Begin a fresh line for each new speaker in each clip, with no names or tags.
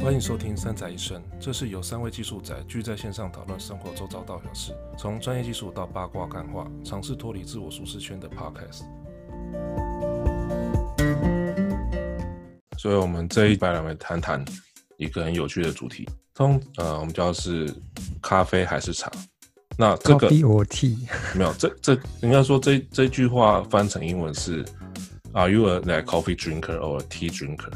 欢迎收听《三宅一生》，这是由三位技术宅聚在线上讨论生活周遭大小事，从专业技术到八卦干话，尝试脱离自我舒适圈的 Podcast。所以，我们这一百来来谈谈一个很有趣的主题，通呃，我们叫是咖啡还是茶？那这个
B O T，
没有，这这应该说这这句话翻成英文是 Are you a like coffee drinker or a tea drinker？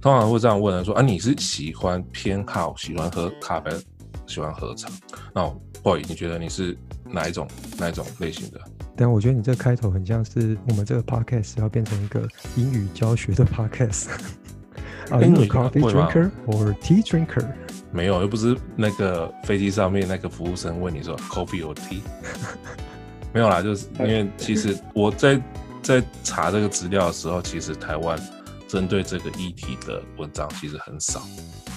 通常会这样问人说啊，你是喜欢偏好喜欢喝咖啡，喜欢喝茶？那 boy，你觉得你是哪一种哪一种类型的？
但我觉得你这开头很像是我们这个 podcast 要变成一个英语教学的 podcast。Are you
英
a
语教
coffee
会吗
drinker or tea drinker？
没有，又不是那个飞机上面那个服务生问你说 coffee or tea，没有啦，就是
哎
因为其实我在在查这个资料的时候，其实台湾针对这个议题的文章其实很少，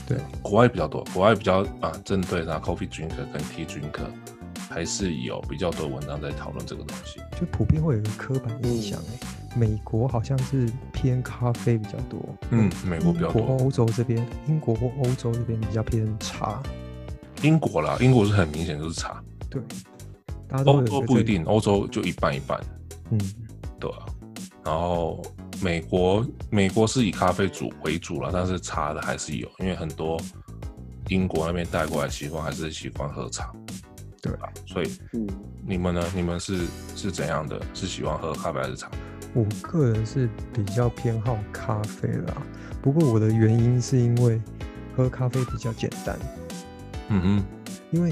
对，
国外比较多，国外比较啊针对那 coffee drinker 跟 tea drinker 还是有比较多文章在讨论这个东西。
就普遍会有一个刻板印象、
嗯
欸，美国好像是偏咖啡比较多，
嗯，美国比较
英
多
国，欧洲这边，英国或欧洲这边比较偏茶。
英国啦，英国是很明显就是茶，
对，大家都
欧
有
洲
个
哦不一
这，
定，欧洲就一半一半。
嗯，
对啊，然后美国美国是以咖啡主为主了，但是茶的还是有，因为很多英国那边带过来习惯还是喜欢喝茶，
对
吧？所以
嗯，
你们呢？你们是是怎样的？是喜欢喝咖啡还是茶？
我个人是比较偏好咖啡啦，不过我的原因是因为喝咖啡比较简单。
嗯哼，
因为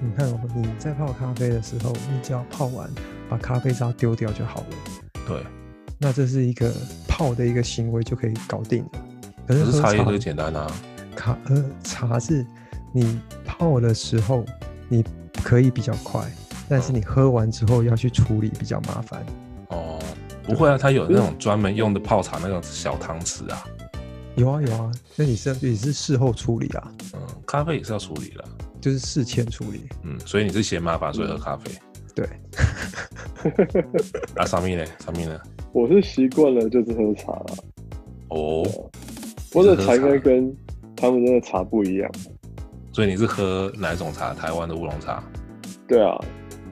你看、哦，你在泡咖啡的时候，你只要泡完，把咖啡渣丢掉就好了。
对。
那这是一个泡的一个行为就可以搞定了。可是
可
喝
是
茶
茶叶最简单啊，
咖呃茶是你泡的时候你可以比较快，但
嗯
是你喝完之后要去处理比较麻烦。
哦，不会啊，它有那种专门用的泡茶那种小汤匙啊，
有啊有啊，那你是你是事后处理啊，
嗯，咖啡也是要处理的，
就是事前处理。
嗯，所以你是嫌麻烦，所以喝咖啡。
对，
啊，上面呢？上面呢？
我是习惯了就是喝茶啦，
哦，
我的茶
你是
应
喝
该跟他们那个茶不一样。
所以你是喝哪一种茶？台湾的乌龙茶、
对啊，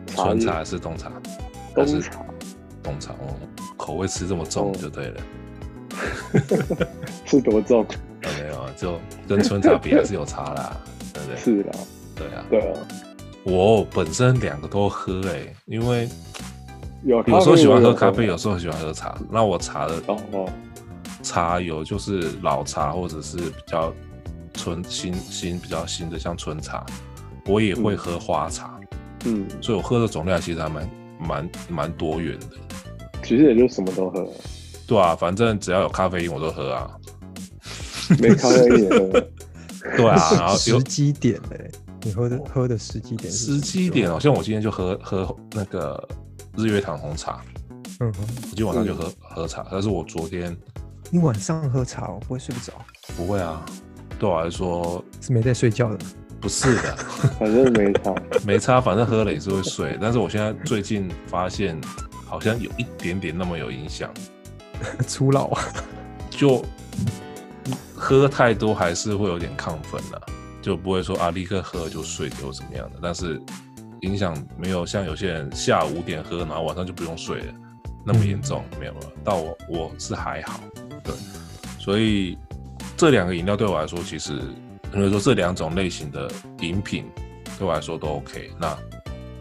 茶
纯
叶
茶还是冻茶？还
冬
是
茶哦
冻茶哦，口味吃这么重就对了。
是多重？
啊没有啊，就跟春茶比还是有差啦，对不对？
是啦，
对啊，
对啊，
我本身两个都喝诶、因为
有咖啡
有时候喜欢喝
我
咖啡，有时候喜欢喝茶。那我茶的
哦哦，
茶有就是老茶或者是比较纯新新比较新的，像春茶，我也会喝花茶，
嗯，
所以我喝的种类其实还蛮蛮蛮多元的。
其实也就什么 都喝，
对啊，反正只要有咖啡因我都喝啊。
没咖啡因也喝。
对啊，然 后
时
有
机点嘞、你喝的喝的时机点是什
十
么
七点哦，像我今天就喝喝那个日月潭红茶，
嗯哼。
我今天晚上就喝、喝茶，但是我昨天
你晚上喝茶、哦，不会睡不着，
不会啊，对我来说
是没在睡觉的。
不是 的，
反正没差，
没差，反正喝了也是会睡。但是我现在最近发现，好像有一点点那么有影响，
初老啊，
就喝太多还是会有点亢奋啊，就不会说啊立刻喝就睡或怎么样的，但是影响没有像有些人下午五点喝，然后晚上就不用睡了那么严重，没有了。到我我是还好，对，所以这两个饮料对我来说，其实或者说这两种类型的饮品对我来说都 OK。那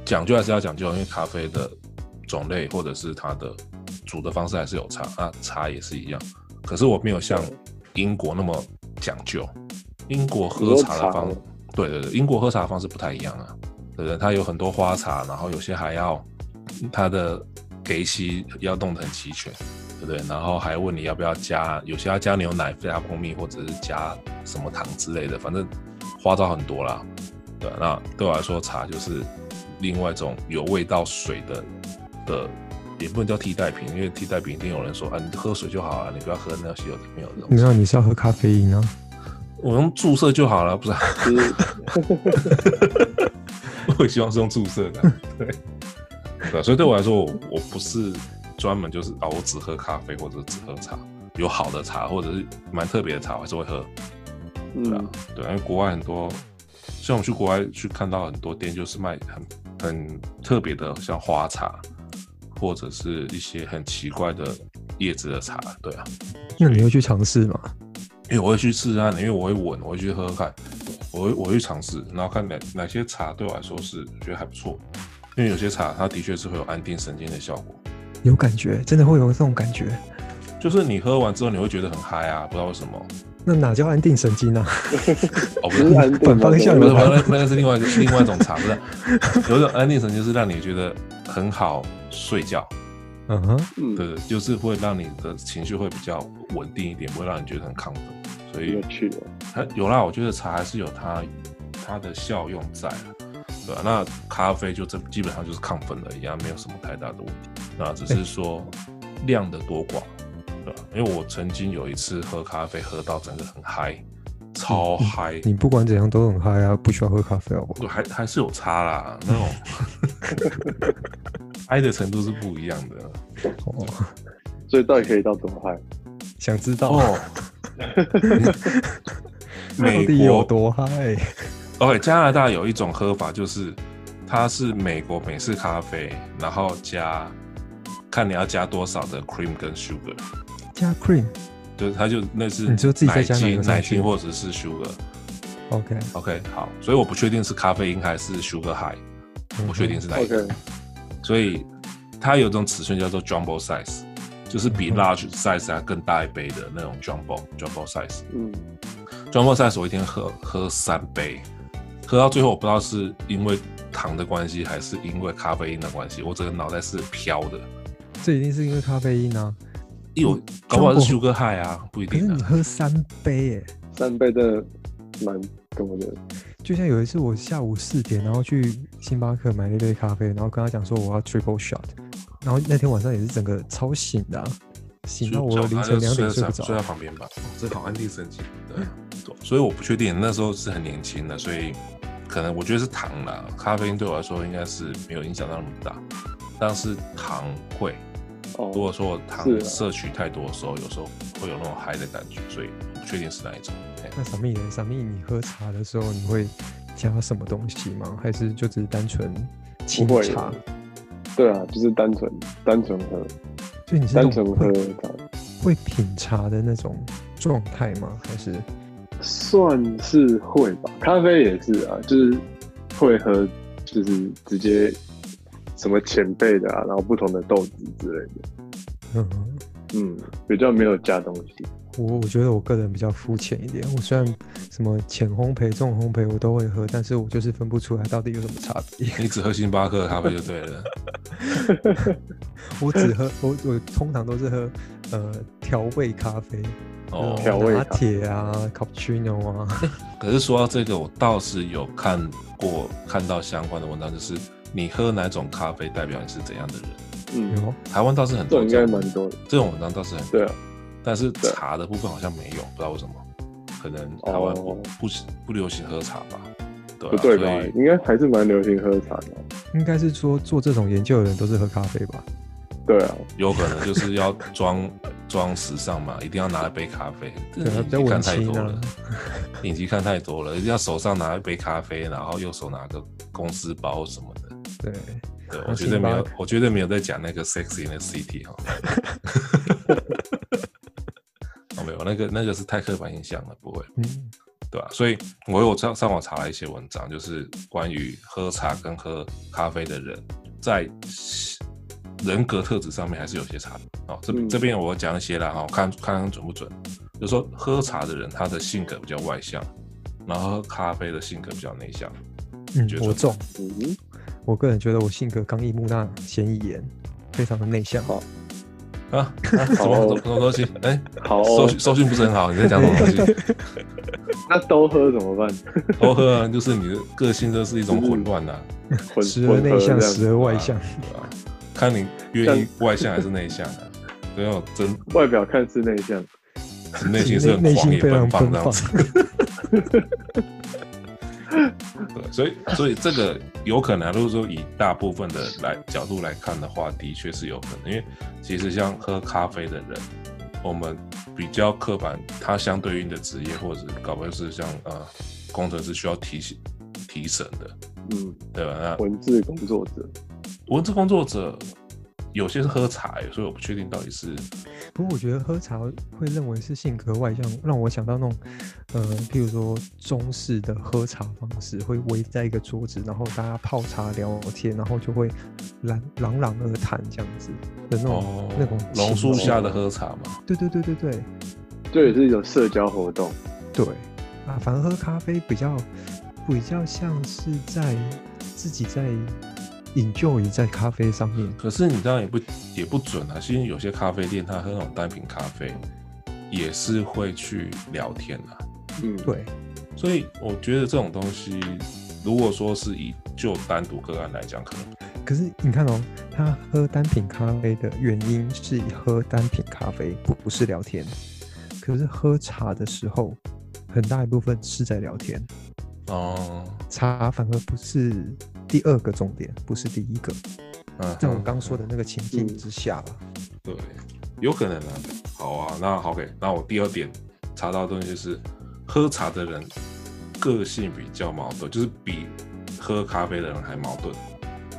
讲究还是要讲究，因为咖啡的种类或者是它的煮的方式还是有差，那茶也是一样。可是我没有像英国那么讲究，英国喝茶的方
你说茶吗，
对对对，英国喝茶的方式不太一样啊，对不对？它有很多花茶，然后有些还要它的给息要弄得很齐全，对不对？然后还问你要不要加，有些要加牛奶、加蜂蜜，或者是加什么糖之类的，反正花招很多啦。对啊，那对我来说，茶就是另外一种有味道水的的，也不能叫替代品，因为替代品一定有人说啊，你喝水就好了，你不要喝那些有的没有的东
没
西。
有，你是要喝咖啡因啊？
我用注射就好了，不是啊？
就是
我也希望是用注射的，对，对啊，所以对我来说，我我不是专门就是啊，我只喝咖啡或者只喝茶，有好的茶或者是蛮特别的茶，我还是会喝。对啊
嗯，，
对啊，因为国外很多，像我去国外去看到很多店，就是卖很很特别的，像花茶，或者是一些很奇怪的叶子的茶，对啊，
那你会去尝试吗？
因为我会去试试看，因为我会闻，我会去喝喝看，我会我会去尝试，然后看哪哪些茶对我来说是觉得还不错，因为有些茶它的确是会有安定神经的效果，
有感觉，真的会有这种感觉。
就是你喝完之后你会觉得很嗨啊，不知道为什么，
那哪叫安定神经啊？
哦不
不
是
是。安定
反
吗
方向
不
的
是，
吧
那那个是另外一个另外一种茶，不是 有一种安定神，就是让你觉得很好睡觉，
嗯哼，
嗯，
对，就是会让你的情绪会比较稳定一点，不会让你觉得很亢奋。所以
有趣哦。
它有啦，我觉得茶还是有它它的效用在啊，对啊，那咖啡就这基本上就是亢奋而已啊，没有什么太大的问题。那只是说量的多寡，对吧、因为我曾经有一次喝咖啡喝到整个很嗨，超嗨、
你不管怎样都很嗨啊，不需要喝咖啡好不好？
对还还是有差啦，那 种嗨的程度是不一样的。
哦，
所以到底可以到多嗨？
想知道、
哦，
到
美
底有
国
多嗨？
OK，加拿大有一种喝法，就是它是美国美式咖啡，然后加看你要加多少的 cream 跟 sugar，
加 cream。
就是它就那是
你就自己再
奶
加哪
精
个上去
奶精或者是 sugar。
OK，
OK，好，所以我不确定是咖啡因还是 sugar high，我
嗯
确定是哪一个。
OK
所以它有一种尺寸叫做 jumbo size，就是比
嗯
large size 还更大一杯的那种 jumbo jumbo size。
嗯，
jumbo size 我一天喝喝三杯，喝到最后我不知道是因为糖的关系还是因为咖啡因的关系，我整个脑袋是飘的。
这一定是因为咖啡因啊。
因为我搞不好是
Jumbo
sugar high 啊，不一
可是
定
你
的、
喝三杯耶，
三倍真的蛮多的。
就像有一次我下午四点，然后去星巴克买了一杯咖啡，然后跟他讲说我要 triple shot，然后那天晚上也是整个超醒的啊、醒到我凌晨两点睡
睡
不着嗯
睡。在旁边吧，哦这好安定神经。对，啊所以我不确定，那时候是很年轻的，所以可能我觉得是糖啦，咖啡因对我来说应该是没有影响到那么大，但是糖会。如
哦
果，说我糖
是啊
摄取太多的时候，有时候会有那种嗨的感觉，所以不确定是哪一种。哎
那傻蜜呢？傻蜜，你喝茶的时候你会加什么东西吗？还是就只是单纯清
不会
茶？
对啊，就是单纯单纯喝，
所以你是那
单
种
纯
会
喝茶，
会品茶的那种状态吗？还是
算是会吧。咖啡也是啊，就是会喝，就是直接什么前辈的啊，然后不同的豆子之类的。
嗯，
嗯，比较没有加东西。
我我觉得我个人比较肤浅一点。我虽然什么浅烘焙、重烘焙我都会喝，但是我就是分不出来到底有什么差别。
你只喝星巴克的咖啡就对 了。
我只喝我我通常都是喝呃调味咖啡，
哦，
那种
调味
拿
咖
铁啊、cappuccino 啊，
可是说到这个，我倒是有看过看到相关的文章，就是你喝哪种咖啡代表你是怎样的人。
嗯，
有
台湾倒是很
这
多
种应该
种
蛮多的。
这种文章倒是很多，
对啊，
但是
对
茶的部分好像没有，不知道为什么，可能台湾不、
哦
不不流行喝茶吧。对、啊，
不对吧
所以？
应该还是蛮流行喝茶的。啊
应该是说做这种研究的人都是喝咖啡吧？
对啊，
有可能就是要装 装时尚嘛，一定要拿一杯咖啡。这
对啊
影
比
集
较
看
文
太
青
多
啊
了， 影集看太多了，一定要手上拿一杯咖啡，然后右手拿个公司包什么的。
对，
对，
啊
我绝对没
星
有
巴克，
我绝对没有在讲那个 sexy 的 city 哈。哦，没有，那个那个是太刻板印象了，不会，
嗯，
对吧、啊所以我有上上网查了一些文章，就是关于喝茶跟喝咖啡的人在人格特质上面还是有些差别。哦，这、
嗯
这边我讲一些啦，哈、看看看准不准。就说喝茶的人，他的性格比较外向，然后喝咖啡的性格比较内向。
嗯
觉，得说
我中，
嗯，
我个人觉得我性格刚毅木讷、嫌疑严，非常的内向。
好
啊，啊 什么什么什么东西？哎、
哦好哦
搜搜讯不是很好，你在讲什么东 西？
那都喝怎么办？
偷喝啊，就是你的个性，这是一种混乱呐、
嗯
啊，
混
时而
混
内
合这
向，
样啊
时而
对吧
外向。
对吧、看你愿意外向还是内向啊。没有真
外表看似内向，
内心是很
内
狂
心
野
非
奔
常
放
奔
这样
放
子。， 对，所以所以这个有可能、啊，如果说以大部分的来角度来看的话，的确是有可能，因为其实像喝咖啡的人，我们比较刻板，它相对应的职业，或者搞不好是像呃工程师需要提醒提审的，
嗯，
对吧？那
文字工作者，
文字工作者有些是喝茶，所以我不确定到底是
不过我觉得喝茶会认为是性格外向，让我想到那种，呃，譬如说中式的喝茶方式，会围在一个桌子，然后大家泡茶聊天，然后就会朗朗朗而谈这样子的那种、
哦
那种
榕树
情
下
况
的喝茶嘛，
对对对对对
这也是一种社交活动。
对啊，反而喝咖啡比较比较像是在自己在 enjoy 在咖啡上面。
可是你这样也不也不准啊。其实有些咖啡店，它喝那种单品咖啡，也是会去聊天啊。
嗯，
对，
所以我觉得这种东西，如果说是以就单独个案来讲，可能
可是你看哦，他喝单品咖啡的原因是喝单品咖啡，不不是聊天。可是喝茶的时候，很大一部分是在聊天，
哦，
茶反而不是第二个重点，不是第一个。
嗯，
在我们刚说的那个情境之下吧，
对，有可能啊。好啊，那好 OK，那我第二点查到的东西是，喝茶的人个性比较矛盾，就是比喝咖啡的人还矛盾。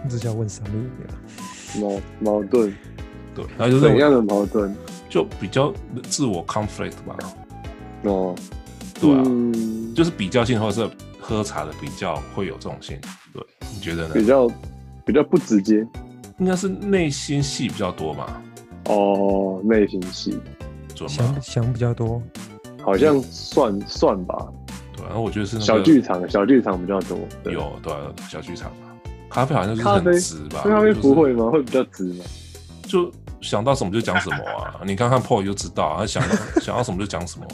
这是要问三啊米了。
矛矛盾，
对，那就是
怎样的矛盾？
就比较自我 conflict 吧。
哦，
对啊，
嗯
就是比较性，或者是喝茶的比较会有这种性。对，你觉得
比
呢？
较比较不直接
应该是内心戏比较多嘛，
哦，内心戏
准吗
想？想比较多，
好像算算吧，
对啊，然后我觉得嗯是那个
小剧场小剧场比较多。对，
有对啊、小剧场嘛，咖啡好像就是
咖啡
很直吧，
那他们
啊就是
不会吗？会比较直吗？
就想到什么就讲什么 啊！你看看 Paul 就知道，他想到想到什么就讲什么，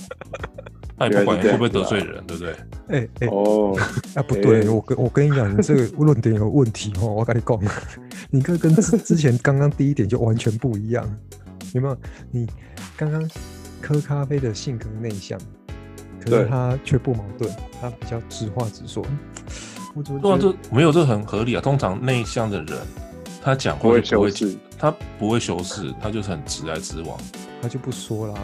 那也不管
原来是
会
这样
不会得罪人，对不对？
哎、哎、
哦，
啊，不对，
哎
我跟我跟你讲，你这个论点有问题哦，我 跟你讲，你这跟之之前刚刚第一点就完全不一样，有没有？你刚刚喝咖啡的性格内向，可
对
是他却不矛盾，他比较直话直说。我怎么
对啊，
觉得
这没有这很合理啊。通常内向的人，他讲
不
话
会
就不
修
会，
饰，
他不会修饰，他就是很直来直往。
他就不说啦？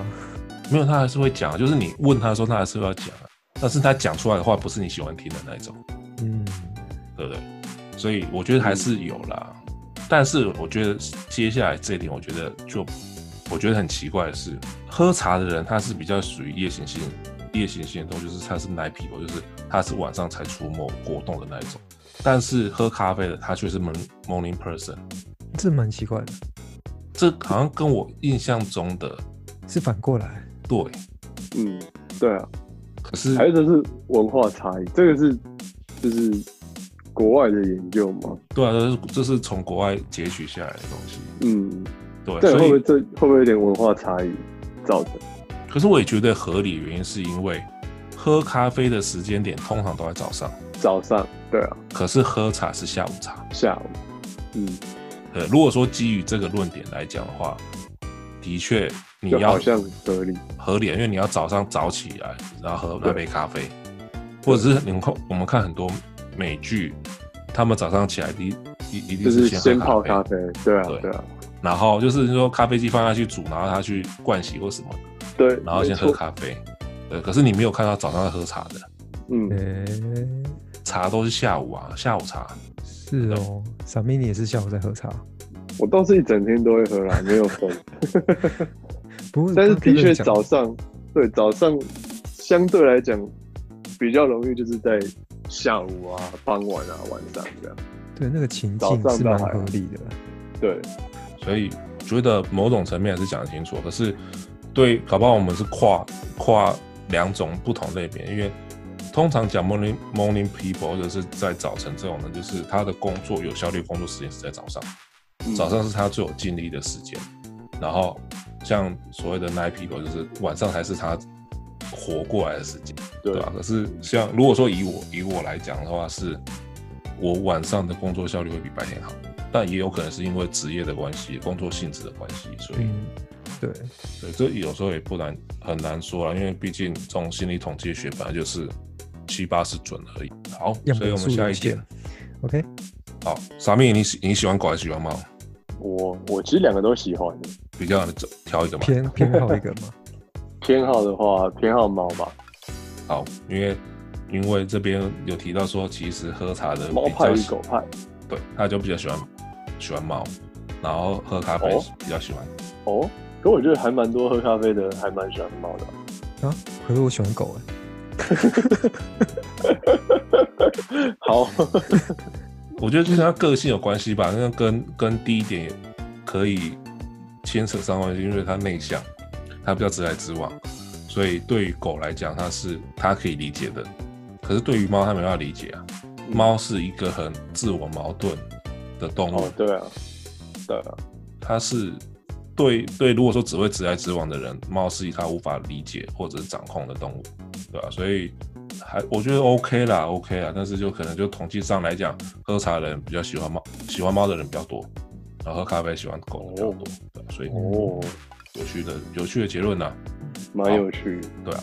没有，他还是会讲，就是你问他的时候，他还是会要讲啊。但是他讲出来的话不是你喜欢听的那一种，
嗯，
对不对？所以我觉得还是有啦。但是我觉得接下来这一点，我觉得就我觉得很奇怪的是，喝茶的人他是比较属于夜行性夜行性的动物，就是他是奶啤酒，就是他是晚上才出没活动的那一种。但是喝咖啡的他却是 morning morning person，
这蛮奇怪的，
这好像跟我印象中的
是反过来。
对，
嗯，对啊，
可是
还有就是文化差异，这个是就是国外的研究嘛，
对啊，这是这是从国外截取下来的东西，
嗯，
对，
这
所
会
以
不会这会不会有点文化差异造成？
可是我也觉得合理，原因是因为喝咖啡的时间点通常都在早上，
早上对啊，
可是喝茶是下午茶。
下午，嗯，
呃，如果说基于这个论点来讲的话，的确你
就
要
好像合理，
合理，因为你要早上早起来，然后喝
对
那杯咖啡，或者是你们看我们看很多美剧，他们早上起来第一一一定
就是
先
先
喝
泡
咖
咖
啡，
啡，对啊
对，
对啊，
然后就是说咖啡机放下去煮，然后他去灌洗或什么，
对，
然后先喝
没错，
咖啡。呃，可是你没有看到早上在喝茶的，
哎、
嗯，
茶都是下午啊，下午茶。
是哦，傻咪你也是下午在喝茶，
我倒是一整天都会喝啦，没 有分，
嗯
不过
但
刚刚
是的
真
确
讲
早上，对早上相对来讲比较容易，就是在下午啊、傍晚啊、晚上这样，
对那个情
早
境
上
是
倒
蛮
还好
合理的。
对，
所以我觉得某种层面还是讲得清楚，可是对，搞不好我们是跨跨两种不同类别，因为通常讲 morning morning people 就是在早晨这种呢，就是他的工作有效率工作时间是在早上，
嗯
早上是他最有精力的时间，然后像所谓的 night people 就是晚上才是他活过来的时间，
对
对啊吧、可是像如果说以我以我来讲的话，是我晚上的工作效率会比白天好，但也有可能是因为职业的关系、工作性质的关系，所以、
嗯，对。
对这有时候也不难很难说啊，因为毕竟这种心理统计学本来就是七八十准而已。好，
样
所以
本
我
数
们下
有
一
限
点，。
OK，
好，傻妹，你喜你喜欢狗还是喜欢猫？
我我其实两个都喜欢，
比较的挑一个嘛。
偏偏好一个嘛。
偏好的话，偏好猫吧，
好，因为因为这边有提到说，其实喝茶的
猫
比
派
较
与
喜
狗派。
对，他就比较喜欢喜欢猫，然后喝咖啡
哦
比较喜欢。
哦，可我觉得还蛮多喝咖啡的，还蛮喜欢猫的。
啊，可是我喜欢狗哎、
好，
我觉得就跟他个性有关系吧，那跟跟第一点也可以牵扯上关系，因为他内向，他比较直来直往，所以对于狗来讲，它是它可以理解的，可是对于猫，它没办法理解啊。猫是一个很自我矛盾的动物
哦，，对啊，对啊，
它是对对，如果说只会直来直往的人，猫是它无法理解或者是掌控的动物，对吧、所以还我觉得 OK 啦，OK 啦，但是就可能就统计上来讲，喝茶的人比较喜欢猫，喜欢猫的人比较多，然后喝咖啡喜欢狗的比较多，对、啊，所以
哦，
有趣的有趣的结论呢、啊
蛮有趣。
对啊。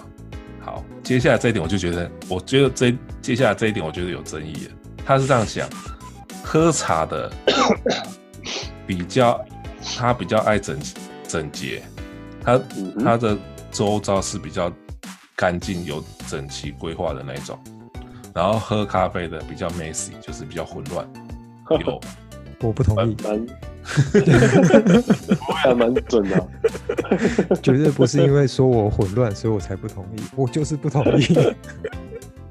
好，接下来这一点我就觉得，我觉得这接下来这一点我觉得有争议了。他是这样想，喝茶 的比较，他比较爱整整洁，他
嗯
他
哼，
的周遭是比较干净、有整齐规划的那一种。然后喝咖啡的比较 messy，就是比较混 乱，有
我不同意，
蛮， 还蛮准的啊。
绝对不是因为说我混乱，所以我才不同意，我就是不同 意。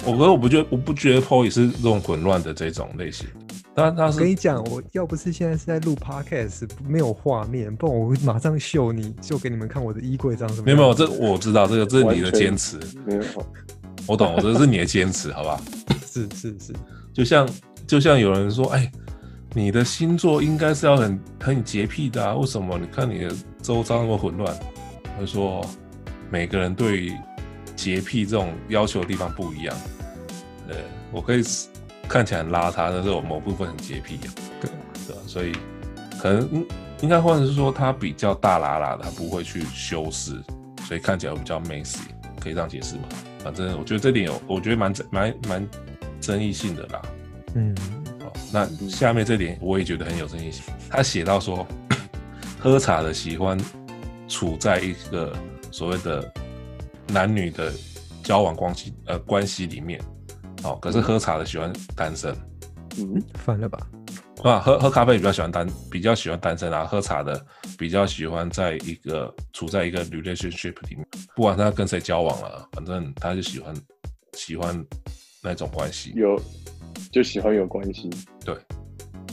我哥我不觉得我不觉得 Paul 也是这种混乱的这种类型，但他
我
是
跟你讲，我要不是现在是在录 podcast，没有画面，不然我会马上秀你，秀给你们看我的衣柜长什么
没
样
有
子。
没有，这我知道，这个这是你的
完全
坚持，
没有，
我懂，我这是你的坚持，好吧？
是是是，
就像就像有人说，哎，你的星座应该是要很很洁癖的啊，为什么？你看你的周遭那么混乱，我就说每个人对于洁癖这种要求的地方不一样。呃，我可以看起来很邋遢，但是我某部分很洁癖、啊，
对
对吧？所以可能应应该换成是说，他比较大喇喇的，他不会去修饰，所以看起来会比较 messy，可以这样解释吗？反正我觉得这点有，我觉得蛮蛮蛮争议性的啦。
嗯，
哦，那下面这点我也觉得很有争议性。他写到说， 喝茶的喜欢处在一个所谓的男女的交往关系呃关系里面，哦，可是喝茶的喜欢单身，
嗯，
反了吧？
啊，喝喝咖啡比较喜欢单，比较喜欢单身啊，喝茶的比较喜欢在一个处在一个 relationship 里面，不管他跟谁交往了、反正他就喜欢喜欢那种关系，
有就喜欢有关系。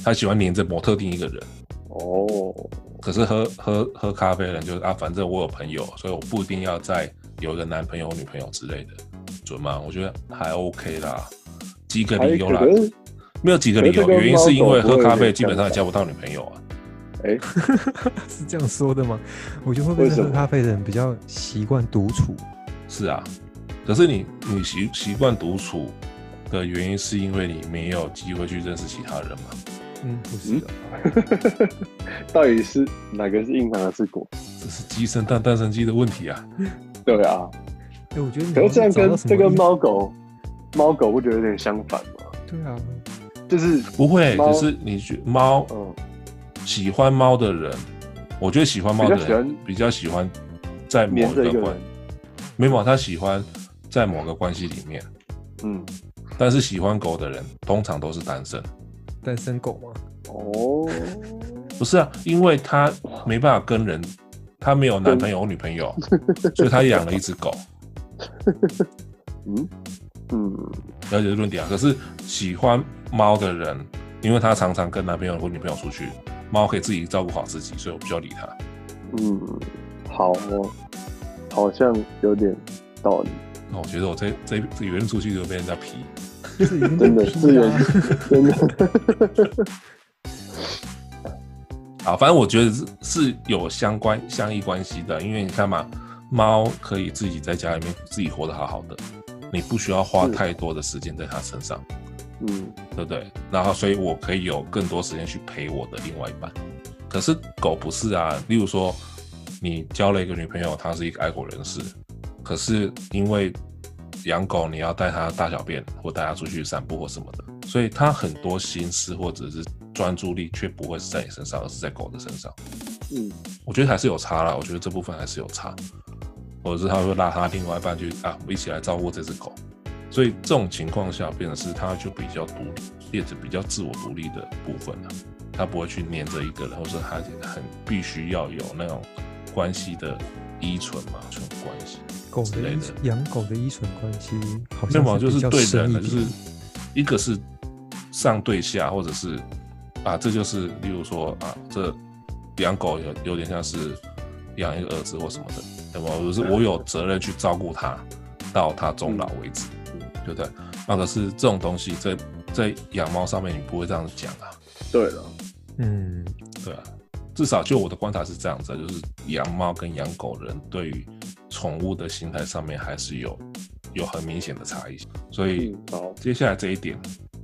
他喜欢黏着某特定一个人。
哦，
可是喝喝喝咖啡的人就是啊，反正我有朋友，所以我不一定要再有一个男朋友、女朋友之类的，准吗？我觉得还 OK 啦，几个
哎，
理由啦
可，是
没有几个理由，
可是这跟
原因是因为
猫狗
喝咖
不会
啡
有点
基本上
像吧
交不到女朋友啊。
哎，
是这样说的吗？我觉得会不会
为
在
什
喝
么
咖啡的人比较习惯独处？
是啊，可是你你习习惯独处的原因是因为你没有机会去认识其他人嘛？
嗯，不是的，
到底是哪个是硬糖，还是果？
这是鸡生蛋，蛋生鸡的问题啊。
对啊，
哎、我觉得你
可是这
要
样
找
跟
到什么
这跟
意
猫狗，猫狗不觉得有点相反吗？
对啊，
就是，
不会，
猫
只是你觉猫
嗯，
喜欢猫的人，我觉得喜欢猫的
比较喜
人
欢
比较喜欢在某
黏着一个
关
人，
没有他喜欢在某个关系里面，
嗯，
但是喜欢狗的人通常都是单身，
单身狗吗？
哦，
不是啊，因为他没办法跟人，他没有男朋友、女朋友，所以他养了一只狗。
嗯嗯，
了解这论点啊。可是喜欢猫的人，因为他常常跟男朋友或女朋友出去，猫可以自己照顾好自己，所以我不需要理它。
嗯，好哦，好像有点道理，那
那我觉得我这这这原出去就被人家批，
是已经被
真的是
批
有
啦。，
真 的，
啊，反正我觉得是是有相关相依关系的，因为你看嘛，猫可以自己在家里面自己活得好好的，你不需要花
是
太多的时间在它身上，
嗯，
对不对？然后所以我可以有更多时间去陪我的另外一半。可是狗不是啊，例如说你交了一个女朋友，她是一个爱狗人士，可是因为养狗你要带它大小便或带它出去散步或什么的，所以它很多心思或者是专注力却不会是在你身上，而是在狗的身上。
嗯，
我觉得还是有差啦，我觉得这部分还是有差，或者是他会拉他另外一半去啊，我一起来照顾这只狗，所以这种情况下，变得是他就比较独立，列着比较自我独立的部分了，他不会去黏着一个人，或者他很必须要有那种关系的依存嘛，这种关系。
狗
之
的
类
依
的
养狗的依存关系好
那
像
么就是
比较
对
深
人
一
的，就是
点
一个是上对下，或者是啊，这就是例如说啊，这养狗有有点像是养一个儿子或什么的，那么就是我有责任去照顾它到它终老为止，
嗯
对不对？那可是这种东西在在养猫上面你不会这样讲啊，
对了，
嗯，
对啊，至少就我的观察是这样子啊，就是养猫跟养狗人对于宠物的心态上面还是有有很明显的差异，所以。
嗯，好，
接下来这一点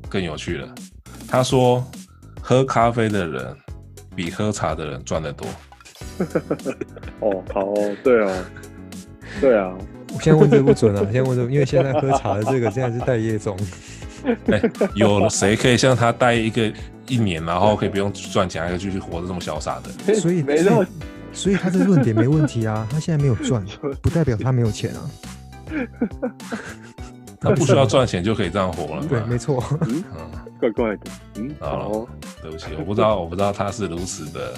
更有趣了，他说喝咖啡的人比喝茶的人赚得 多。
哦，好哦，对哦，对啊，
我现在问这不准啊，现 在问这，因为现在喝茶的这个现在是待业中，
哎、有了谁可以像他待一个一年，然后可以不用赚钱，还可以继续活得这么潇洒的？
所以
没到，
所以他这论点没问题啊，他 现在没有赚，不代表他没有钱啊，
他不需要赚钱就可以这样活了
对，没
嘛？
错，
嗯，
嗯，
怪怪的，嗯，
啊
好哦，
对不起，我不知道，我不知道他是如此的，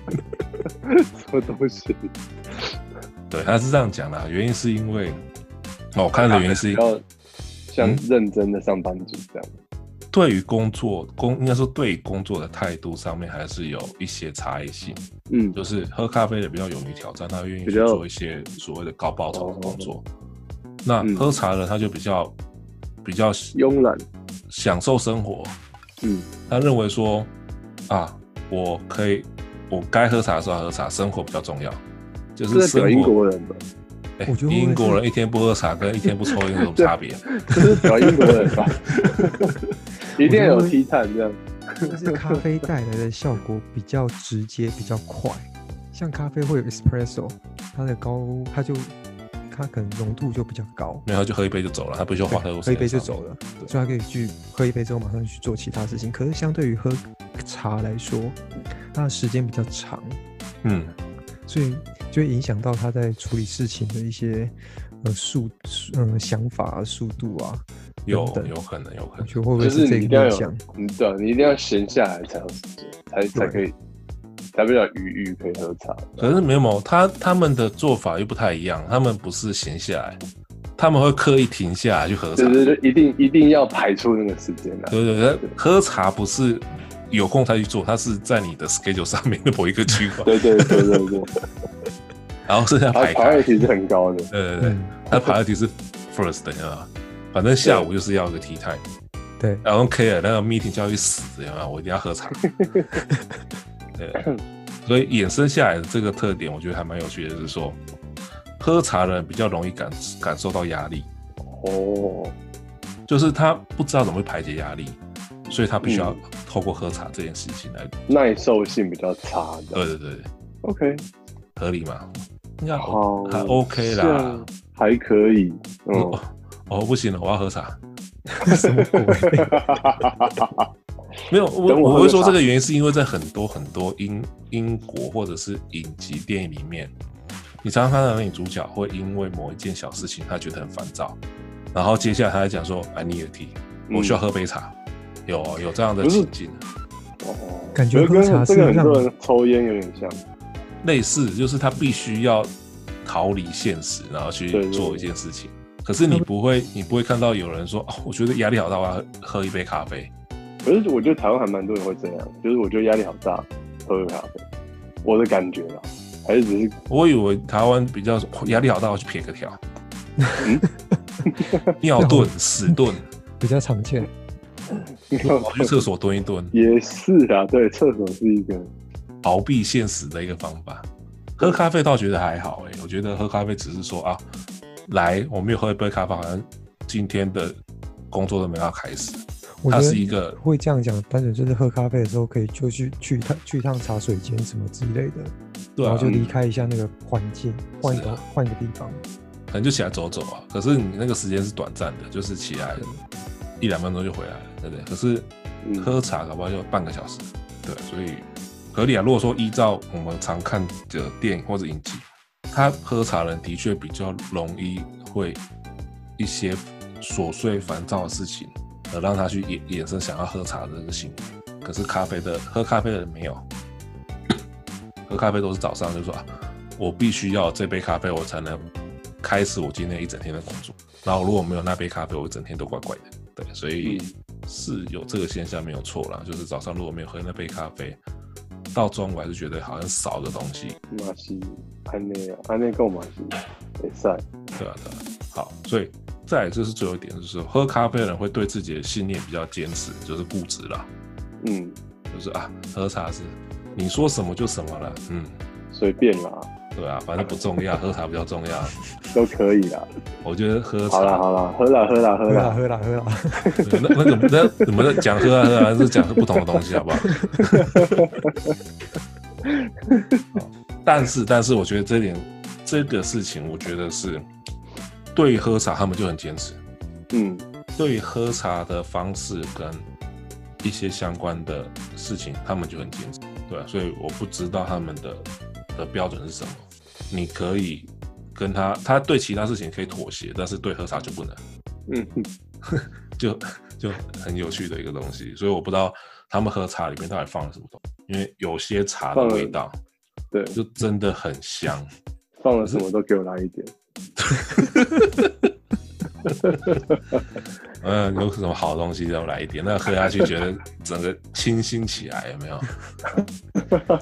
什么东西？
对，他是这样讲的，原因是因为，哦，我看的原因是因
要像认真的上班族这样，
对于工作工，应该说对于工作的态度上面还是有一些差异性。
嗯，
就是喝咖啡的比较勇于挑战，他愿意去
比较哦
做一些所谓的高报酬的工作。那
嗯
喝茶的他就比较比较
慵懒，
享受生活，
嗯，
他认为说啊，我可以，我该喝茶的时候喝茶，生活比较重要。就是
这在
生
表
活，
英国人吧？
哎
我觉得会不会是
英国人一天不喝茶跟一天不抽烟有什么差别？
这是表英国人 吧？一定要有低碳这样，
就是咖啡带来的效果比较直接，比较快。像咖啡会有 espresso，它的高，它就它可能浓度就比较高，
没有，他就喝一杯就走了，他不需要花太多时
喝
间。
一杯就走。了，
对
所以它可以去喝一杯之后马上去做其他事情。可是相对于喝茶来说，它的时间比较长，
嗯，
所以就会影响到他在处理事情的一些呃速速呃想法啊、速度啊。
有
等等
有可能，有可
我
能。
觉得会不会
就是
这
你一定
个
要
影
有
响？，
你对啊，你一定要闲下来才有时间，才才可以，才比较余裕可以喝茶。
可是没有，他他们的做法又不太一样，他们不是闲下来，他们会刻意停下来去喝茶。
对对对，一定一定要排出那个时间啊来。
对对对，喝茶不是有空才去做，它是在你的 schedule 上面的某一个区块，
对对对对 对，
然后剩下
它
排
排
开。
位题是很高的。
对对对，
嗯，
它排题是 first 的，有没有反正下午就是要有个 tea time，
对，
然后 care 那个 meeting 就要去死，有没有？我一定要 喝茶。对，所以衍生下来的这个特点，我觉得还蛮有趣的，就是说，喝茶的人比较容易感感受到压力。
哦，
就是他不知道怎么去排解压力，所以他必须
嗯
要透过喝茶这件事情来。
耐受性比较差
对
的。
对对，
OK，
合理嘛？应该
好，
还 OK 啦。，
哦还可以。嗯，
哦，不行了，我要喝茶。
什么鬼？
嗯 没有，我
等我喝
我
个茶
会说这个原因是因为在很多很多英英国或者是影集电影里面，你常常看到那女主角会因为某一件小事情，她觉得很烦躁，然后接下来她还讲说，I 啊 need a tea，我需要
嗯
喝杯茶。有有这样的
不是
情境，啊
哦
感觉喝
跟
茶
这
是
个很
让
多人抽烟有点像。
类似，就是他必须要逃离现实，然后
对
去
对
做一
对
件事情。可是你不会，你不会看到有人说，哦、我觉得压力好大，我要喝喝一杯咖啡。
可是我觉得台湾还蛮多人会这样，就是我觉得压力好大，喝个咖啡，我的感觉啦，还是只是
我以为台湾比较哦压力好大，我去撇个条，
嗯
尿遁、屎遁，
比较常见。
跑去厕所蹲一蹲，
也是啊，对，厕所是一个
逃避现实的一个方法。喝咖啡倒觉得还好、欸，我觉得喝咖啡只是说啊，来，我们有喝一杯咖啡，好像今天的工作都没办法开始。
我觉
它
得
是一个
会这样讲，单纯就是喝咖啡的时候可以就去去一趟去一趟茶水间什么之类的，
对
然
啊
后，就离开一下那个环境，换一
是
个
啊
换一个地方。
可能就起来走走啊。可是你那个时间是短暂的，就是起来一两分钟就回来了，对不对？可是
嗯
喝茶搞不好就半个小时，对，所以合理啊。如果说依照我们常看的电影或者影集，他喝茶人的确比较容易会一些琐碎烦躁的事情，而让他去衍衍生想要喝茶的这个行为。可是咖啡的喝咖啡的人没有， 喝咖啡都是早上就说啊，我必须要有这杯咖啡，我才能开始我今天一整天的工作。然后如果没有那杯咖啡，我一整天都怪怪的。对，所以
嗯
是有这个现象没有错啦，就是早上如果没有喝那杯咖啡，到中午还是觉得好像少个东西。
嘛是安内啊，安内够嘛是会赛，
对啊，对啊。好，所以再来就是最后一点，就是喝咖啡的人会对自己的信念比较坚持，就是固执啦，
嗯，
就是啊，喝茶是你说什么就什么了，嗯，
随便啦，
对啊，反正不重要，喝茶比较重要。
都可以啦。
我觉得喝
好啦
茶，
好啦，喝啦喝啦喝
喝啦
啦，
喝啦喝啦，
对那那个那你们在讲喝啊喝啊，是讲不同的东西，好不好？好但是但是，我觉得这点这个事情，我觉得是对喝茶他们就很坚持，
嗯
对喝茶的方式跟一些相关的事情，他们就很坚持。对啊、所以我不知道他们的的标准是什么。你可以跟他，他对其他事情可以妥协，但是对喝茶就不能，
嗯，
就 就很有趣的一个东西。所以我不知道他们喝茶里面到底放了什么东西，因为有些茶的
放了
味道
对，
就真的很香。
放了什么都给我来一点，
嗯，有什么好东西就来一点，那喝下去觉得整个清新起来，有没有？
哎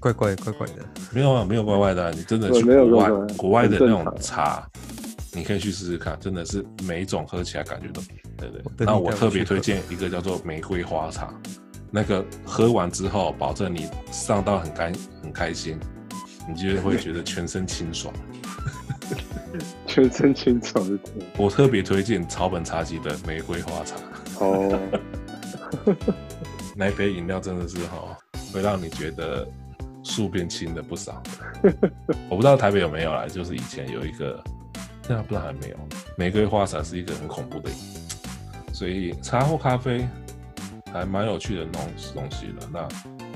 怪怪怪怪的。
没有啊，没有怪怪的啊、你真的
对
去
没有
国外
怪怪的
国外的那
很
种
正常
茶，你可以去试试看，真的是每一种喝起来感觉都对对
我。等你
那我
带我
特
去
别
喝
推荐一个叫做玫瑰花茶，那个喝完之后，保证你上到很开很开心，你就会觉得全身清爽。
全身清爽就对了。
我特别推荐草本茶集的玫瑰花茶，
哦，
那一杯饮料真的是哈、会让你觉得树变轻了不少。我不知道台北有没有啦，就是以前有一个，现在不知道还没有。玫瑰花茶是一个很恐怖的饮，所以茶或咖啡还蛮有趣的那种东西的。那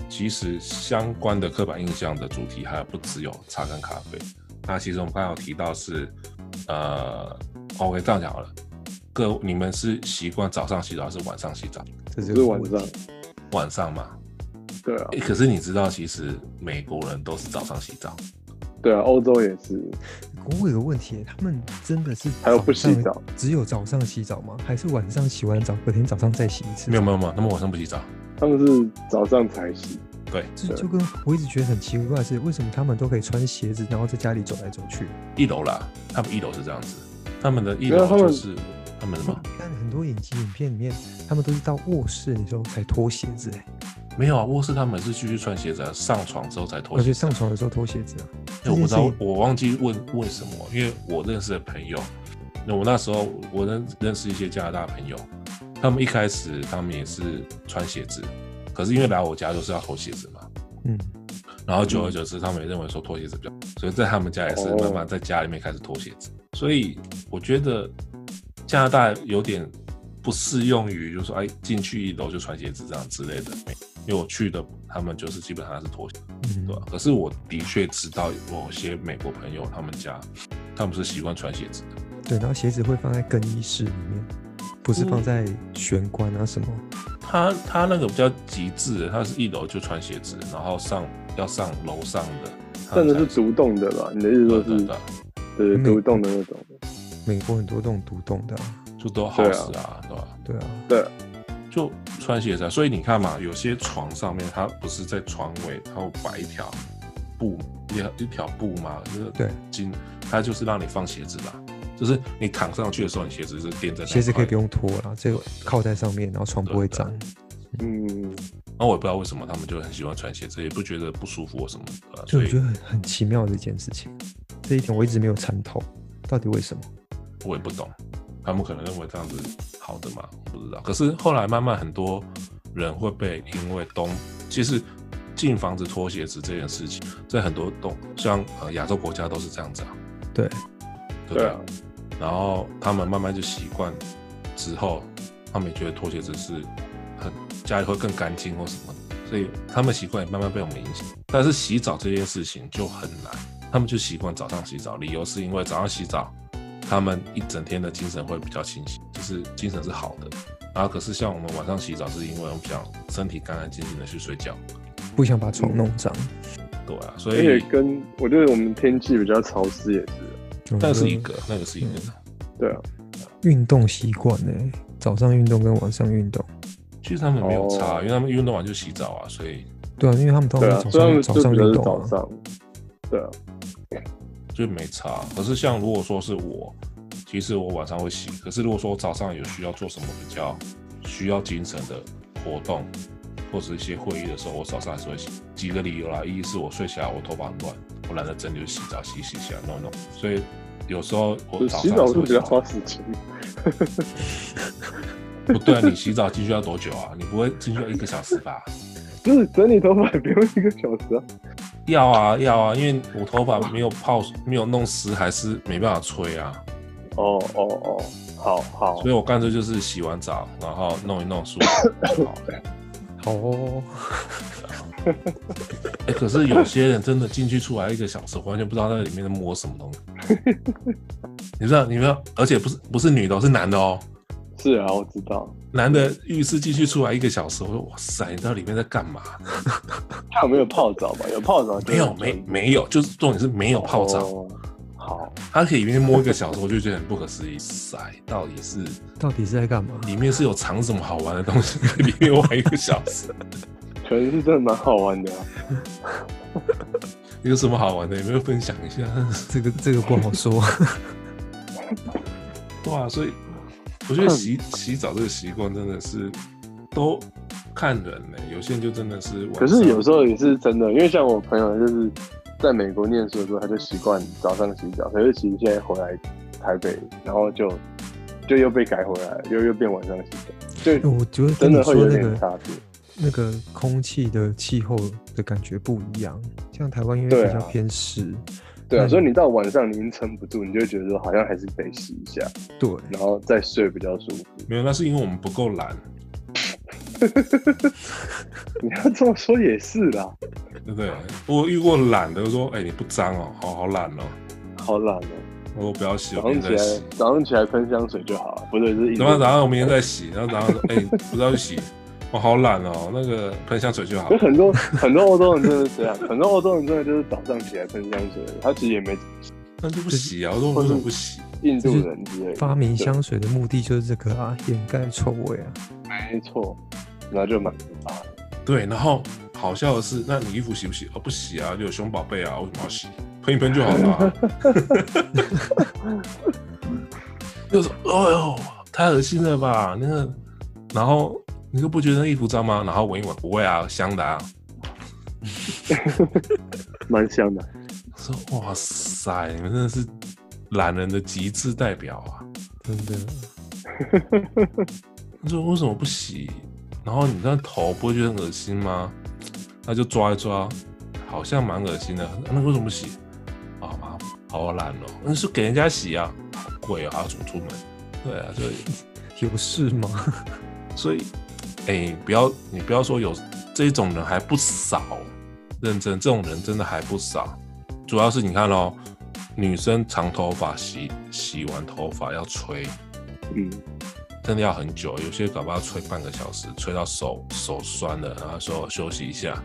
其实相关的刻板印象的主题还不只有茶跟咖啡。那其实我们刚刚有提到是，呃，OK，这样讲好了，各你们是习惯早上洗澡还是晚上洗澡？
这
只
是
是
个
晚
问
上
题，，
晚上嘛，
对啊
欸可是你知道，其实美国人都是早上洗澡，
对啊，欧洲也是，
我有个问题，他们真的是
还有不洗
早
澡
上，只有早上洗澡吗？还是晚上洗完澡，隔天早上再洗一次？
没有没有没有，他们晚上不洗澡。
他们是早上才洗，
对，
就
对
就跟我一直觉得很奇怪的是，为什么他们都可以穿鞋子，然后在家里走来走去？
一楼啦，他们一楼是这样子，他们的一楼
没有他们
就是他们什么？
看很多影集影片里面，他们都是到卧室的时候才脱鞋子、欸，
没有啊，卧室他们是继续穿鞋子、啊，上床之后才脱
而且
鞋。
上床的时候脱鞋子啊。
欸我不知道
这件事，情
我忘记问为什么，因为我认识的朋友，那我那时候我认认识一些加拿大朋友，他们一开始他们也是穿鞋子，可是因为来我家就是要脱鞋子嘛，
嗯，
然后久而久之，他们也认为说拖鞋子比较，所以在他们家也是
嗯哦
慢慢在家里面开始脱鞋子。所以我觉得加拿大有点不适用于，就是说哎进去一楼就穿鞋子这样之类的。因为我去的他们就是基本上是拖鞋，
嗯
对吧？啊可是我的确知道某些美国朋友他们家，他们是习惯穿鞋子的。
对，然后鞋子会放在更衣室里面，不是
嗯
放在玄关啊什么。
他他那个比较极致的，他是一楼就穿鞋子，然后上要上楼上的，他
真
们
的是
才
独栋的吧？你的意思
对
说
对
是
对，
对
嗯
独栋的那种？
美国很多这种独栋的、啊，
就都好
对啊
事啊，对吧？
对啊，
对，
就穿鞋子、啊，所以你看嘛，有些床上面它不是在床尾，它会摆一条布，一一条布嘛，就是
对
巾，它就是让你放鞋子啦。就是你躺上去的时候，你鞋子是垫在那一块
鞋子可以不。用脱了，这个靠在上面，然后床不会脏。
嗯，
那我也不知道为什么他们就很喜欢穿鞋子，也不觉得不舒服或什么的啊。
就
所
我觉
以
得很很奇妙的一件事情，这一点我一直没有参透，到底为什么？
我也不懂，他们可能认为这样子好的嘛，我不知道。可是后来慢慢很多人会被因为东，其实进房子脱鞋子这件事情，在很多东像呃亚洲国家都是这样子啊，
对，
对不
对
对？
啊，
然后他们慢慢就习惯之后，他们也觉得拖鞋子是很家里会更干净或什么，所以他们习惯也慢慢被我们影响。但是洗澡这件事情就很难，他们就习惯早上洗澡，理由是因为早上洗澡，他们一整天的精神会比较清醒，就是精神是好的。然后可是像我们晚上洗澡，是因为我们想身体干干净净的去睡觉，
不想把床弄脏。
对啊，
而
所
且
以
跟我觉得我们天气比较潮湿也是，
那个是一个，那个是一个。
对
哦
啊，
运动习惯呢，早上运动跟晚上运动。
其实他们没有差，
哦
因为他们运动完就洗澡啊，所以
对啊，因为他们通
对
常
啊，
早
所以
上、
他们就
早
比较
上运
是
动、
早
啊，
上，对啊，
就没差。可是像如果说是我，其实我晚上会洗，可是如果说我早上有需要做什么比较需要精神的活动，或者一些会议的时候，我早上还是会洗。几个理由啦，一是我睡起来我头发很乱，我懒得整理，就洗澡洗洗洗来弄一弄，所以有时候我
就
哦早
洗
上
澡
还是
是
会
比较
洗
花时间，
不对啊，你洗澡进去要多久啊？你不会进去要一个小时吧？
不是整理头发也不用一个小时啊，
要啊要啊，因为我头发没有泡没有弄湿，还是没办法吹啊。
哦哦哦，好好
所以我干脆就是洗完澡，然后弄一弄梳头就好了。
好哦，
哎、可是有些人真的进去出来一个小时，我完全不知道那里面在摸什么东西。你知道，你知道，而且不是不是女的哦，是男的哦。
是啊，我知道，
男的浴室进去出来一个小时，我说哇塞，你到里面在干嘛？
他有没有泡澡吧？有泡澡就
没有，没没有，就是重点是没有泡澡，
哦好，
他可以里面摸一个小时，我就觉得很不可思议。塞，到底是
到底是在干嘛？
里面是有藏什么好玩的东西？里面玩一个小时，
可能是真的蛮好玩的啊、
有什么好玩的？有没有分享一下？
这个这个不好 说。
对啊，所以我觉得洗洗澡这个习惯真的是都看人呢、有些人就真的是晚上，
可是有时候也
嗯
是真的，因为像我朋友就是在美国念书的时候，他就习惯早上洗澡，可是其实现在回来台北，然后就就又被改回来了，又又变晚上洗澡，就
嗯我觉得跟
真
你
的会
说
有
那
点
个
差别。
那个空气的气候的感觉不一样，像台湾因为
对
比较
啊
偏湿，
对啊，
嗯
所以你到晚上你已经撑不住，你就会觉得说好像还是得洗一下，
对，
然后再睡比较舒服。
没有，那是因为我们不够懒，
你要这么说也是啦，
对不对？我遇过懒的，说哎、你不脏哦，好好懒哦，
好懒哦、
我说不要洗，
早
我
上
明
起
天再洗
来。早上起来喷香水就好了，不对，是一直
然后早上我明天再洗，然后早上说哎、不知道去洗，我好懒哦，那个喷香水就好
有。很多很多欧洲人真的是这样，很多欧洲人真的就是早上起来喷香水，他其实也没
那就不洗啊！我说我为什么不洗？
印度人之类的
发明，
对
香水的目的就是这个啊，掩盖臭味啊。
没错，然后就蛮复杂的。
对，然后好笑的是，那你衣服洗不洗？哦，不洗啊，就有熊宝贝啊，为什么要洗？喷一喷就好了、啊。就说，哎呦，太恶心了吧？那个，然后你都不觉得那衣服脏吗？然后闻一闻，不会啊，香的啊。
蛮香的，
说，哇塞，你们真的是懒人的极致代表啊！
真的，
他说为什么不洗？然后你那头不会觉得很恶心吗？那就抓一抓，好像蛮恶心的。那为什么不洗？啊啊，好懒哦！那是给人家洗啊，好贵啊，还要走出门。对啊，所以
有事吗？
所以，哎、不要你不要说有这种人还不少，认真这种人真的还不少。主要是你看哦，女生长头发洗洗完头发要吹，
嗯，
真的要很久，有些搞不好要吹半个小时，吹到手手酸了，然后说休息一下，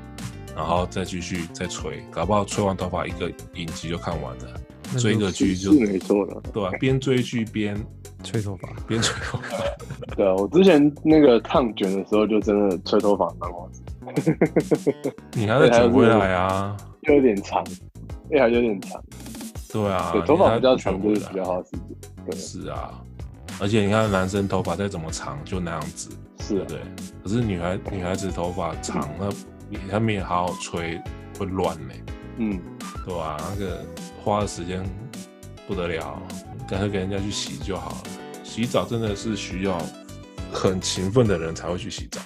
然后再继续再吹，搞不好吹完头发一个影集就看完了，
那
追个
就
剧
是
就
没错了。
对吧、啊边追剧边
吹头发，
边吹头发，
对啊，我之前那个烫卷的时候，就真的吹头发蛮好吃，
你还在卷回来啊？
又有点长，因为还有点长，
对啊，
对，头发比较
长
长就是比较花时间。对，
啊是啊，而且你看男生头发再怎么长就那样子，
是
对
啊
不，对？可是女孩女孩子头发长，那你她没有好好吹会乱呢、
嗯，
对吧、那个花的时间不得了，干脆给人家去洗就好了。洗澡真的是需要很勤奋的人才会去洗澡，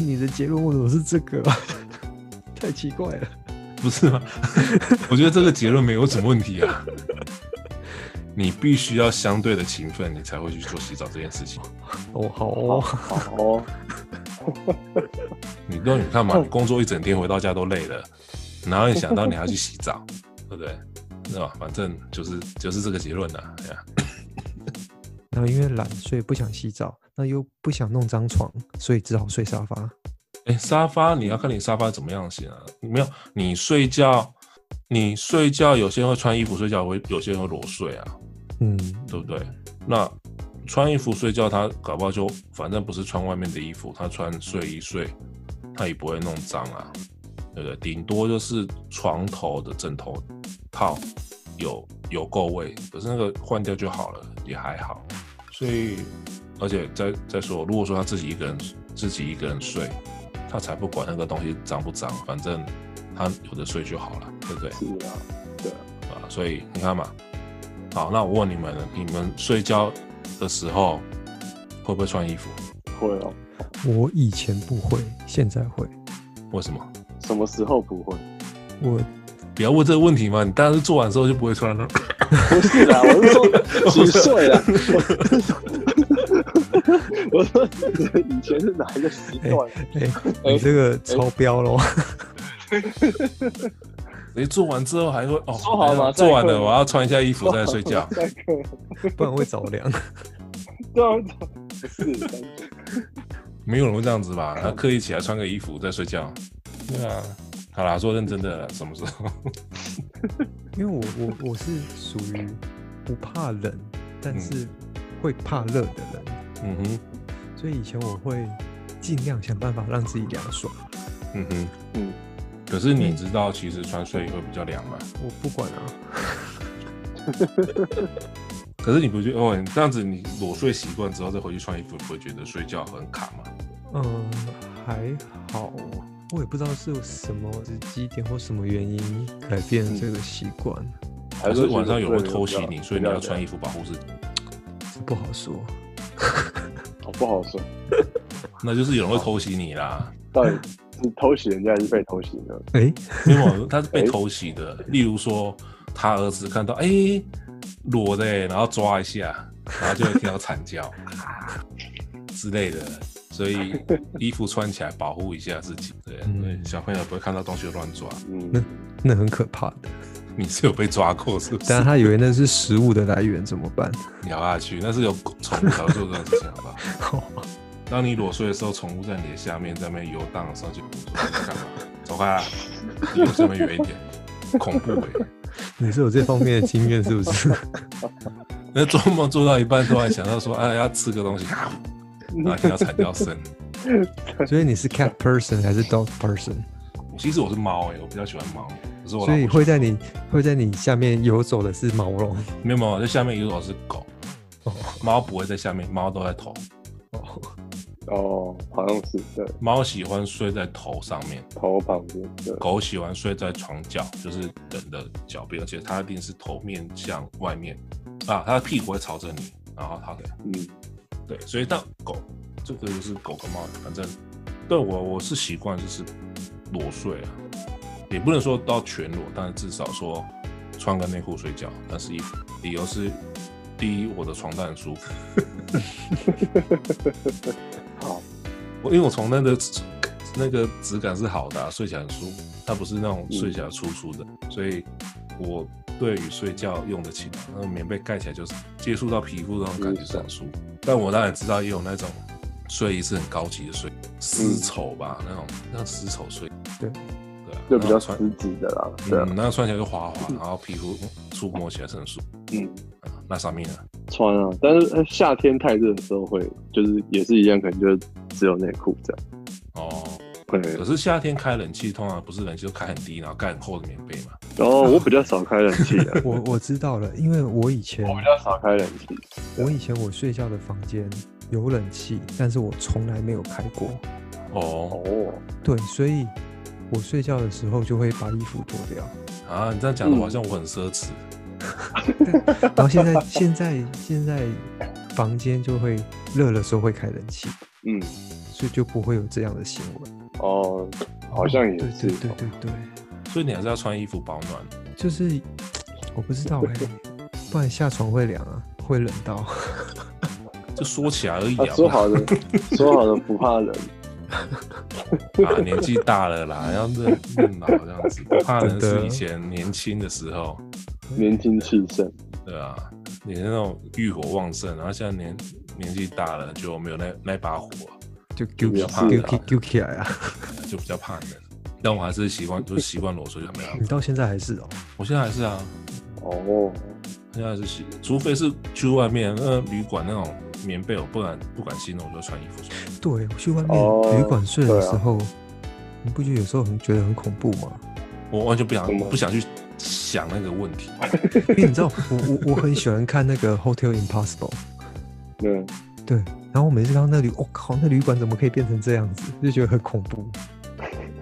你的结论为什么是这个 啊？太奇怪了。
不是吗？ 我觉得这个结论没有什么问题啊。你必须要相对的勤奋，你才会去做洗澡这件事情。
哦，好
好
哦，
好哦，
你都你看嘛，你工作一整天回到家都累了，然后你想到你还要去洗澡，对不对？是吧？反正就是就是这个结论呐、啊。哎呀
然后因为懒，所以不想洗澡，那又不想弄脏床，所以只好睡沙发。
哎，沙发你要看你沙发怎么样型啊？没有，你睡觉，你睡觉有些人会穿衣服睡觉，会有些人会裸睡啊，
嗯，
对不对？那穿衣服睡觉，他搞不好就反正不是穿外面的衣服，他穿睡衣睡，他也不会弄脏啊，对不对？顶多就是床头的枕头套有有够味，可是那个换掉就好了，也还好。所以，而且再再说，如果说他自己一个人自己一个人睡，他才不管那个东西脏不脏，反正他有的睡就好了，对不对？
是啊，
啊，所以你看嘛，好，那我问你们，你们睡觉的时候会不会穿衣服？
会哦。
我以前不会，现在会。
为什么？
什么时候不会？
我
不要问这个问题嘛，你当然是做完之后就不会穿了。
不是啦，我是说几岁啦？ 我是说以前是哪一个时段？
哎、你这个超标咯。
你做完之后还会哦，
说好嘛
等一下
再
做完
睡。
了我要穿一下衣服再睡觉
那个
不然会着凉。
对啊，不是
没有人会这样子吧？他刻意起来穿个衣服再睡觉。对啊，好啦，说认真的，什么时候？
因为我我我是属于不怕冷，但是会怕热的人，
嗯哼，
所以以前我会尽量想办法让自己凉爽。
嗯哼，
嗯。
可是你知道，其实穿睡衣会比较凉吗？
我不管啊，
可是你不觉得哦？你这样子，你裸睡习惯之后再回去穿衣服，不会觉得睡觉很卡吗？
嗯，还好，我也不知道是有什么时机点或什么原因改变了这个习惯，
还是晚上有人
人
会偷袭你，所以你要穿衣服保护自己？
这不好说。
服，哦不好说。
那就是有人会偷袭你啦。
到 底是偷袭人家还是被偷袭呢？
哎、
因为他是被偷袭的。例如说，他儿子看到哎、裸的、欸然后抓一下，然后就会听到惨叫之类的。所以衣服穿起来保护一下自己，对，
嗯
所以小朋友不会看到东西就乱抓。
嗯，
那很可怕的。
你是有被抓过是不是
但？他以为那是食物的来源怎么办？
咬下去，那是有宠物才会做这种事情，好不好？当你裸睡的时候，宠物在你的下面在那边游荡的时候，就不说你在干嘛，走开啊，离我这边远一点，恐怖哎、
你是有这方面的经验是不是？
那做梦做到一半，突然想到说，哎，要吃个东西，啊然后听到惨叫声。
所以你是 cat person 还是 dog person？
其实我是猫哎、我比较喜欢猫，可 是我老
所以
婆
会在你会在你下面游走的是毛绒。
没有猫，在下面有我是狗
哦，
猫不会在下面，猫都在头，
哦，
哦，好像是对
猫喜欢睡在头上面，
头旁边对，
狗喜欢睡在床角，就是人的脚边，而且它一定是头面向外面啊，它的屁股会朝着你，然后它的
嗯，
对，所以到狗这个就是狗跟猫，反正对我我是习惯就是裸睡啊，也不能说到全裸，但是至少说穿个内裤睡觉。但是一理由是，第一我的床单很舒服，
好，
我因为我床单的质那个质感是好的啊、睡起来很舒服，它不是那种
嗯
睡起来粗粗的，所以我对于睡觉用得起，那个棉被盖起来就是接触到皮肤那种感觉是很舒服。
嗯
但我当然知道也有那种睡衣是很高级的睡衣
嗯
丝绸吧，那种那丝绸睡衣，
对，
对啊，
就比
然后
较
穿
实质的啦，对啊
嗯，，那穿起来就滑滑，然后皮肤嗯触摸起来是很舒服。
嗯，
啊那上面呢？
穿啊，但是呃夏天太热的时候会，就是也是一样，可能就只有内裤这样，
哦，
可
可
能。
是夏天开冷气通常不是冷气就开很低，然后盖很厚的棉被嘛。
然后我比较少开冷气 啊
我我知道了，因为我以前
我比较少开冷气，
我以前我睡觉的房间有冷气，但是我从来没有开过。
哦
哦，
对，所以我睡觉的时候就会把衣服脱掉。
啊，你这样讲的好像我很奢侈。
然后现在现在现在房间就会热的时候会开冷气，
嗯，
所以就不会有这样的行为。
哦，好像也
对
是哦
对，对对对，
所以你还是要穿衣服保暖。
就是我不知道哎、不然下床会凉啊，会冷到。
就说起来而已
啊
啊。
说好的，说好的不怕冷，
啊，年纪大了 啦，要认认老这样子，怕的是以前年轻的时候，
年轻气盛，
对啊，以前那种欲火旺盛，然后现在年年纪大了就没有那那把火，
就揪
比
起
较怕
揪
冷
起揪起来啊！
就比较怕 冷。但我还是习惯，就是习惯裸睡就没有。
你到现在还是哦，
我现在还是啊，
哦，
现在还是习，除非是去外面那旅馆那种棉被，我不敢不敢洗弄，我就穿衣服睡。
对，我去外
哦
面旅馆睡的
对啊
时候，你不觉得有时候很觉得很恐怖 吗？
我完全不想
怎么
不想去想那个问题。
因为你知道，我我我很喜欢看那个《Hotel Impossible》，
嗯，
对，然后我每次看到那旅，我、靠，那旅馆怎么可以变成这样子？就觉得很恐怖。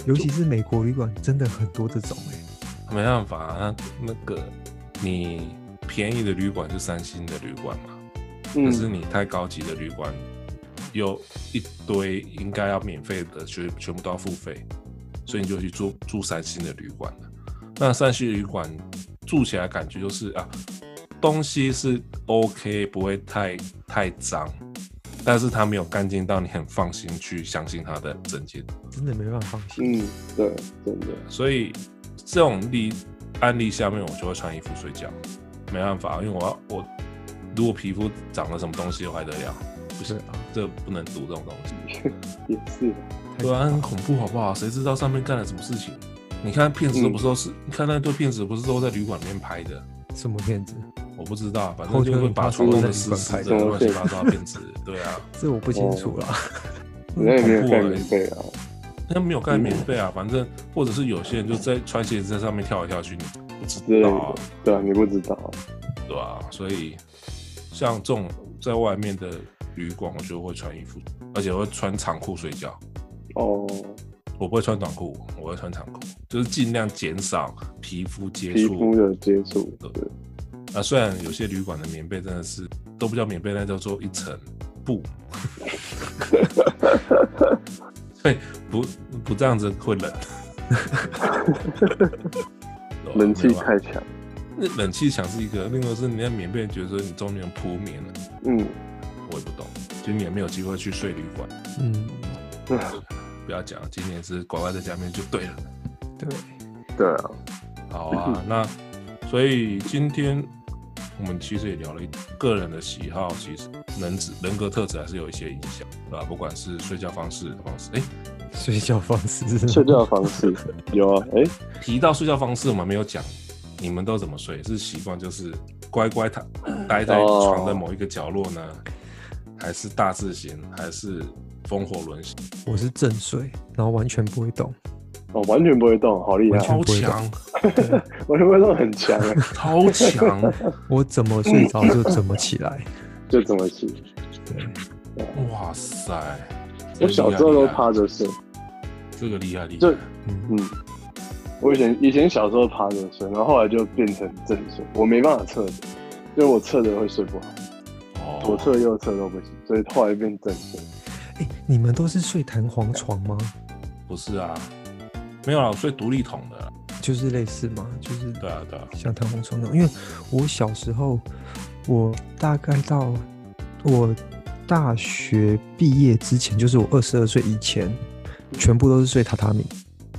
尤其是美国旅馆，真的很多这种哎、
没办法啊，那那个你便宜的旅馆就三星的旅馆嘛，可是
嗯，
你太高级的旅馆有一堆应该要免费的，全全部都要付费，所以你就去住住三星的旅馆了。那三星的旅馆住起来感觉就是啊，东西是 OK，不会太太脏，但是它没有干净到你很放心去相信它的整洁度。
真的没办法放心。
嗯，对，真的，
所以这种例案例下面，我就会穿衣服睡觉，没办法，啊因为我要我如果皮肤长了什么东西，我还得了？不
对
行，
啊，
这不能读这种东西，
也是，
太
对啊，
可
很
怕
恐怖好不好？谁知道上面干了什么事情？你看骗子都不是都
嗯
是，你看那对骗子不是都在旅馆里面拍的？
什么骗子？
我不知道，啊反正
后
就
天
会
你
把
发
床弄
现在
得
旅
湿
馆
湿
拍
的，
的
乱七八糟的骗子， 对啊，
这我不清楚啦。
哦你那也没有
恐怖
盖
欸
棉被啊，
那没有盖棉被啊，反正或者是有些人就在穿鞋子在上面跳来跳去，你不
之
知
类
道啊
的，，对啊，你不知道，
对啊，所以像这种在外面的旅馆，我就会穿衣服，而且我会穿长裤睡觉，
哦，
我不会穿短裤，我会穿长裤，就是尽量减少皮肤接
皮肤
触。
有接触，对，
啊，虽然有些旅馆的棉被真的是都不叫棉被，那叫做一层 布。对，不不这样子会 冷，对啊
人气
没办法
太强，
那冷气强是一个，另外是你那棉被觉得说你中间铺棉了，
嗯，
我也不懂，今年没有机会去睡旅馆。
嗯，
不要讲，了，今年是乖乖在家面就对了。
对，
对啊，
好啊，那所以今天我们其实也聊了一个人的喜好，其实能指人格特质还是有一些影响，对吧？不管是睡觉方式方式，哎、
睡觉方式是
睡觉的方式 有啊，哎，
提到睡觉方式，我们没有讲你们都怎么睡，是习惯就是乖乖躺待在床的某一个角落呢，还是大字型，还是风火轮型？
我是正睡，然后完全不会动。
哦，完全不会动，好厉害
完，全
超
不会
强，
完全不会动，很 强啊，
超强！
我怎么睡着就怎么起来。
就怎么 洗，
对，
哇塞！
我小时
这
候
个厉
都
害
趴着睡，
这个厉害厉害
就。
嗯，
嗯，我以前以前小时候趴着睡，然后后来就变成正睡，我没办法侧着，因为我侧着会睡不好，
哦
左侧右侧都不行，所以后来变正睡。
哎、你们都是睡弹簧床吗？
不是啊，没有啦，我睡独立桶的啦。
就是类似吗？就是
对啊，对啊，
像弹簧床那种。因为我小时候，我大概到我大学毕业之前，就是我二十二岁以前，全部都是睡榻榻米。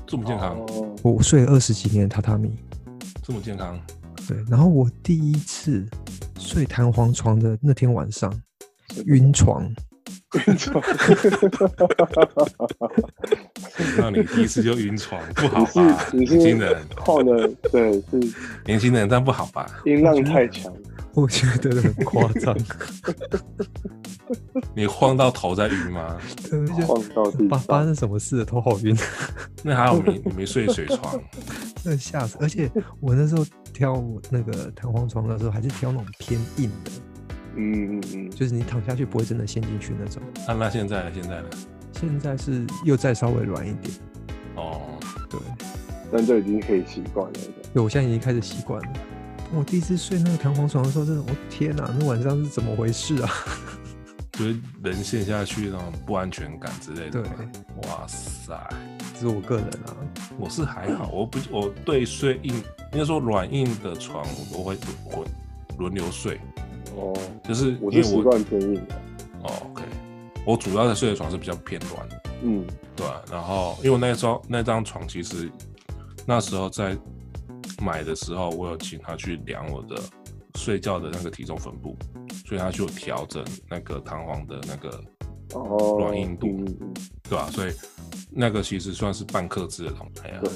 这么健康，
哦，
我睡了二十几年榻榻米。
这么健康，
对，然后我第一次睡弹簧床的那天晚上，晕床。
那你第一次就晕床， 不好
你
吧？
是你
年
是
轻人，
晃的，对，是
年轻人，但不好吧？
音浪太强，
我觉得很夸张，
你晃到头在晕吗？
对，就觉得
晃到地
发发
上。
生什么事了，头好晕，
那还好没你没睡水 床，
真的吓死！而且我那时候挑我那个弹簧床的时候，还是挑那种偏硬的，
嗯嗯嗯，
就是你躺下去不会真的陷进去那种。
啊那那现在呢？现在呢？
现在是又再稍微软一点，
哦，
对，
但这已经可以习惯了。
对我现在已经开始习惯了。我第一次睡那个弹簧床的时候，真的，我天哪，那晚上是怎么回事啊？
就是人陷下去那种不安全感之类的。
对，
哇塞，
这是我个人啊，
我是还好，我不我对睡硬，应该说软硬的床我都会我轮流睡，
哦，
就是
我
因为
是习惯偏硬的。
哦，OK，我主要的睡的床是比较偏软，
嗯，
对啊、然后因为我那张那张床其实那时候在买的时候，我有请他去量我的睡觉的那个体重分布，所以他就调整那个弹簧的那个
哦，
软硬度
嗯嗯
对吧、所以那个其实算是半克制的东西啊
对。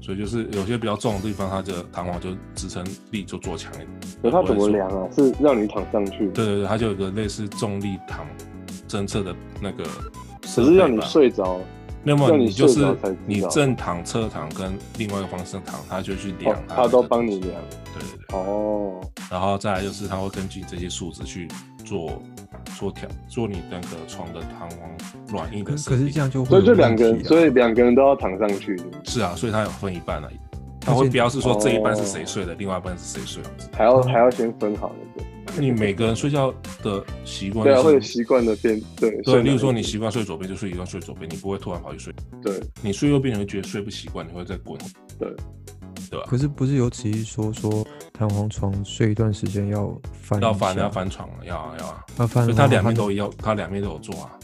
所以就是有些比较重的地方，它的弹簧就支撑力就做强一点。
可他怎
不会说
么量啊？是让你躺上去，
对对对，它就有个类似重力躺侦测的那个设
只
备吧。
是让你睡着。
那么
让你
你就
睡
是
着才知道
你正躺、侧躺跟另外一个方向躺，它就去量
哦，
它、
他都帮你。量
对对对，
哦，
然后再来就是它会根据这些数值去做做调做你那个床的弹簧软硬
可
的
可
设
是
定。
这样就会
所以
有
就两
问
个
题
人，
啊
所以两个人都要躺上去，
是啊，所以它有分一半而已。它会标示说这一半是谁睡的，另外一半是谁睡的。
还要还要先分好那个。
你每个人睡觉的习惯、就
对
是，
啊，会有习惯的变对。
对，啊
睡
例如
哪
说
一
你
边
习惯睡左边就睡习惯睡左边，你不会突然跑去睡。
对
你睡右边你会觉得睡不习惯，你会再滚。
对，
对吧？
可是不是有旨意说说弹簧床睡一段时间要翻
要
一
翻
下
要翻床了，要啊要啊。
要翻
所以
的话，
它两面都要，它两面都有做啊。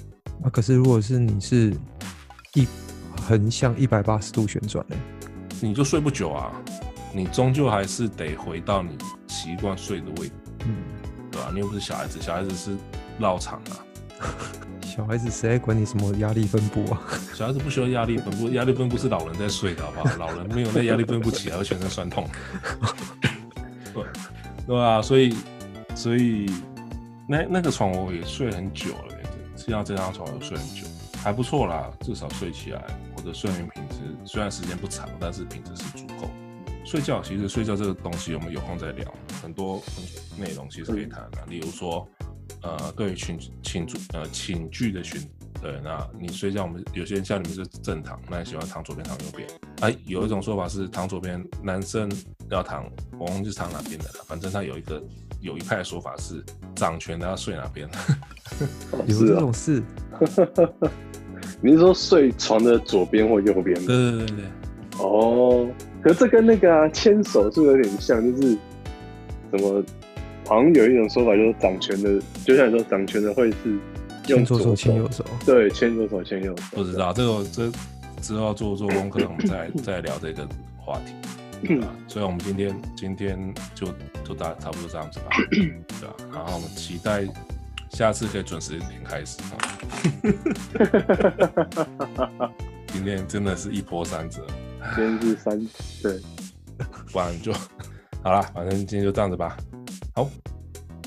啊。可是如果是你是一横向一百八十度旋转的，
你就睡不久啊，你终究还是得回到你习惯睡的位置，
嗯，
对吧、啊你又不是小孩子，小孩子是绕场啊，
小孩子谁在管你什么压力分布啊？
小孩子不需要压力分布，压力分布是老人在睡的，好不好？老人没有那压力分布起来会全身酸痛。 对，对啊，所以所以那那个床我也睡很久了，是要这张床我睡很久，还不错啦，至少睡起来我的睡眠品质虽然时间不长，但是品质是足够。睡觉其实睡觉这个东西，我们有空再聊，很多内容其实可以谈的、啊例如说，呃，对于寝寝主呃寝具的选，对，那你睡觉，我们有些人像你们是正躺，那你喜欢躺左边躺右边，哎、有一种说法是躺左边，男生要躺，我忘记是躺哪边的了，反正他有一个有一派的说法是掌权的要睡哪边，
哦
有
是
这
啊，
种事？
你是说睡床的左边或右边吗？
对对对对对，
哦，可这跟那个啊牵手是不是有点像，就是怎么好像有一种说法，就是掌权的，就像你说掌权的会是用
先左手
手
牵右手，
对，牵左手牵右手，
不知道这个这之后做做功课，我们再再聊这个话题。对啊，所以我们今天今天就就大差不多这样子吧，对啊，然后我们期待下次可以准时一点开始。啊今天真的是一波三折，
今天是三，对，
不然就好啦，反正今天就这样子吧。好，